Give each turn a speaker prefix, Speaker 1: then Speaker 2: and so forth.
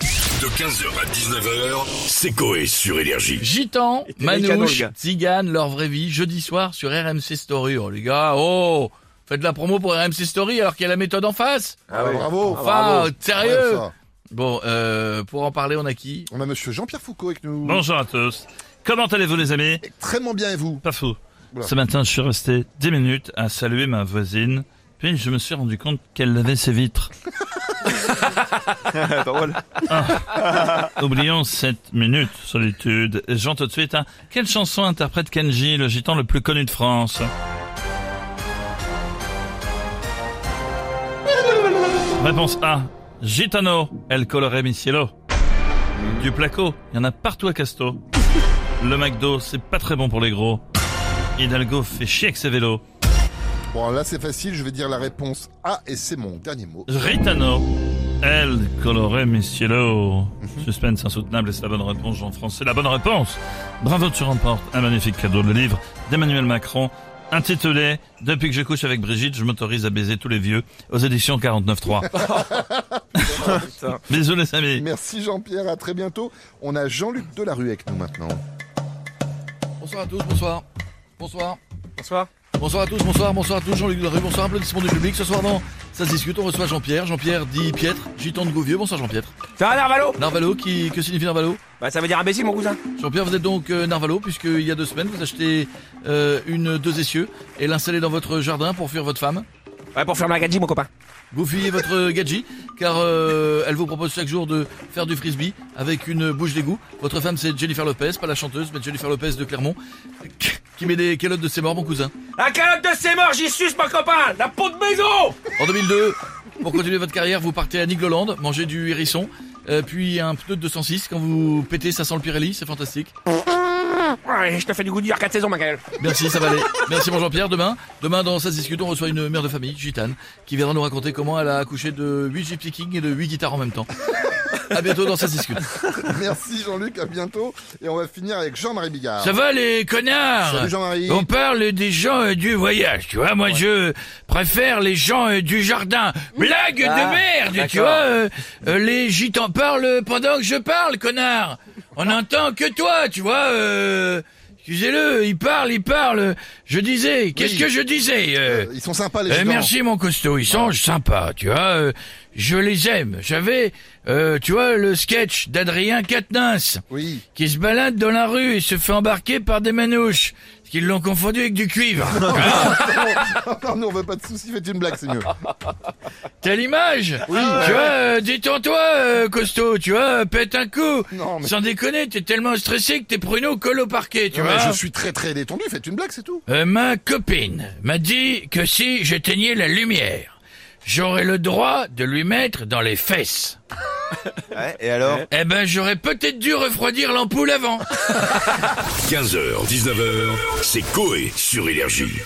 Speaker 1: De 15h à 19h, c'est Coé sur Énergie.
Speaker 2: Gitan,
Speaker 3: Et t'es mécano, le
Speaker 2: Manouche,
Speaker 3: gars.
Speaker 2: Tzigane, leur vraie vie, jeudi soir sur RMC Story. Oh les gars, oh Faites de la promo pour RMC Story alors qu'il y a la méthode en face
Speaker 4: Ah ouais, Bravo.
Speaker 2: Enfin,
Speaker 4: Bravo.
Speaker 2: euh, sérieux
Speaker 4: Ouais, ça.
Speaker 2: Bon, euh, pour en parler, on a qui
Speaker 4: On a monsieur Jean-Pierre Foucault avec nous.
Speaker 5: Bonjour à tous. Comment allez-vous les amis
Speaker 4: Extrêmement bien et vous
Speaker 5: Pas fou.
Speaker 4: Oula.
Speaker 5: Ce matin, je suis resté 10 minutes à saluer ma voisine. Puis je me suis rendu compte qu'elle lavait ses vitres.
Speaker 3: Drôle.
Speaker 5: Oublions cette minute solitude. Et Jean tout de suite, hein. quelle chanson interprète Kenji, le gitan le plus connu de France Réponse A. Gitano, El Colore Mi Cielo. Du placo, il y en a partout à Casto. Le McDo, c'est pas très bon pour les gros. Hidalgo fait chier avec ses vélos.
Speaker 4: Bon, là c'est facile, je vais dire la réponse A et c'est mon dernier mot.
Speaker 5: Ritano. El coloré mi cielo. Suspense insoutenable et c'est la bonne réponse, Jean-François. C'est la bonne réponse. Bravo, tu remportes un magnifique cadeau, le livre d'Emmanuel Macron, intitulé Depuis que je couche avec Brigitte, je m'autorise à baiser tous les vieux, aux éditions 49.3. Bisous les amis.
Speaker 4: Merci Jean-Pierre, à très bientôt. On a Jean-Luc Delarue avec nous maintenant.
Speaker 2: Bonsoir à tous, bonsoir. Bonsoir.
Speaker 3: Bonsoir.
Speaker 2: Bonsoir à tous, bonsoir, bonsoir à tous, Jean-Luc Delarue, bonsoir, applaudissements du public. Ce soir, dans Ça se discute, on reçoit Jean-Pierre. Jean-Pierre dit Piètre, gitan de Gouvieux. Bonsoir Jean-Pierre.
Speaker 3: C'est un narvalo
Speaker 2: Narvalo, qui, que signifie Narvalo
Speaker 3: Bah ça veut dire imbécile mon cousin.
Speaker 2: Jean-Pierre, vous êtes donc euh, Narvalo, puisqu'il y a deux semaines, vous achetez euh, une, deux essieux et l'installez dans votre jardin pour fuir votre femme.
Speaker 3: Ouais pour faire ma gadji mon copain.
Speaker 2: Vous fuyez votre gadji car euh, elle vous propose chaque jour de faire du frisbee avec une bouche d'égout. Votre femme c'est Jennifer Lopez, pas la chanteuse, mais Jennifer Lopez de Clermont, qui met des calottes de ses morts, mon cousin.
Speaker 3: La calotte de ses morts, j'y suce mon copain La peau de maison
Speaker 2: En 2002, pour continuer votre carrière, vous partez à Nigloland, manger du hérisson, euh, puis un pneu de 206. Quand vous pétez, ça sent le Pirelli, c'est fantastique.
Speaker 3: Ouais, je te fais du goût du 4 saisons ma gueule.
Speaker 2: Merci, ça va aller. Merci, mon Jean-Pierre. Demain, demain, dans Ça se discute, on reçoit une mère de famille, gitane, qui viendra nous raconter comment elle a accouché de 8 gypsy kings et de 8 guitares en même temps. À bientôt dans Ça se discute.
Speaker 4: Merci Jean-Luc, à bientôt. Et on va finir avec Jean-Marie Bigard.
Speaker 2: Ça va, les connards?
Speaker 4: Salut Jean-Marie.
Speaker 2: On parle des gens euh, du voyage, tu vois. Moi, je préfère les gens euh, du jardin. Blague
Speaker 3: Ah,
Speaker 2: de merde, tu
Speaker 3: d'accord.
Speaker 2: vois. euh, euh, les gitans parlent pendant que je parle, connard. On
Speaker 4: Ah.
Speaker 2: n'entend que toi, tu vois. euh, Excusez-le, il parle, il parle. Je disais, qu'est-ce
Speaker 4: Oui.
Speaker 2: que je disais euh,
Speaker 4: Euh, Ils sont sympas les
Speaker 2: euh,
Speaker 4: gens.
Speaker 2: merci mon costaud, ils sont sympas, tu vois. euh, je les aime. J'avais, euh, tu vois, le sketch d'Adrien Quatennens
Speaker 4: Oui.
Speaker 2: qui se balade dans la rue et se fait embarquer par des manouches. Parce qu'ils l'ont confondu avec du cuivre.
Speaker 4: non, nous on veut pas de soucis, faites une blague, c'est
Speaker 2: Ah,
Speaker 4: mieux.
Speaker 2: T'as l'image
Speaker 4: Oui. Ah,
Speaker 2: Tu vois, euh, détends-toi, euh, costaud, tu vois, euh, pète un coup.
Speaker 4: Non, mais-
Speaker 2: Sans déconner, t'es tellement stressé que tes pruneaux collent au parquet, tu
Speaker 4: Non, mais
Speaker 2: vois.
Speaker 4: je suis très très détendu, faites une blague, c'est tout.
Speaker 2: Euh, ma copine m'a dit que si j'éteignais la lumière, j'aurais le droit de lui mettre dans les fesses.
Speaker 3: et alors
Speaker 2: Eh ben, j'aurais peut-être dû refroidir l'ampoule avant.
Speaker 1: 15h, 19h, c'est Coé sur Énergie.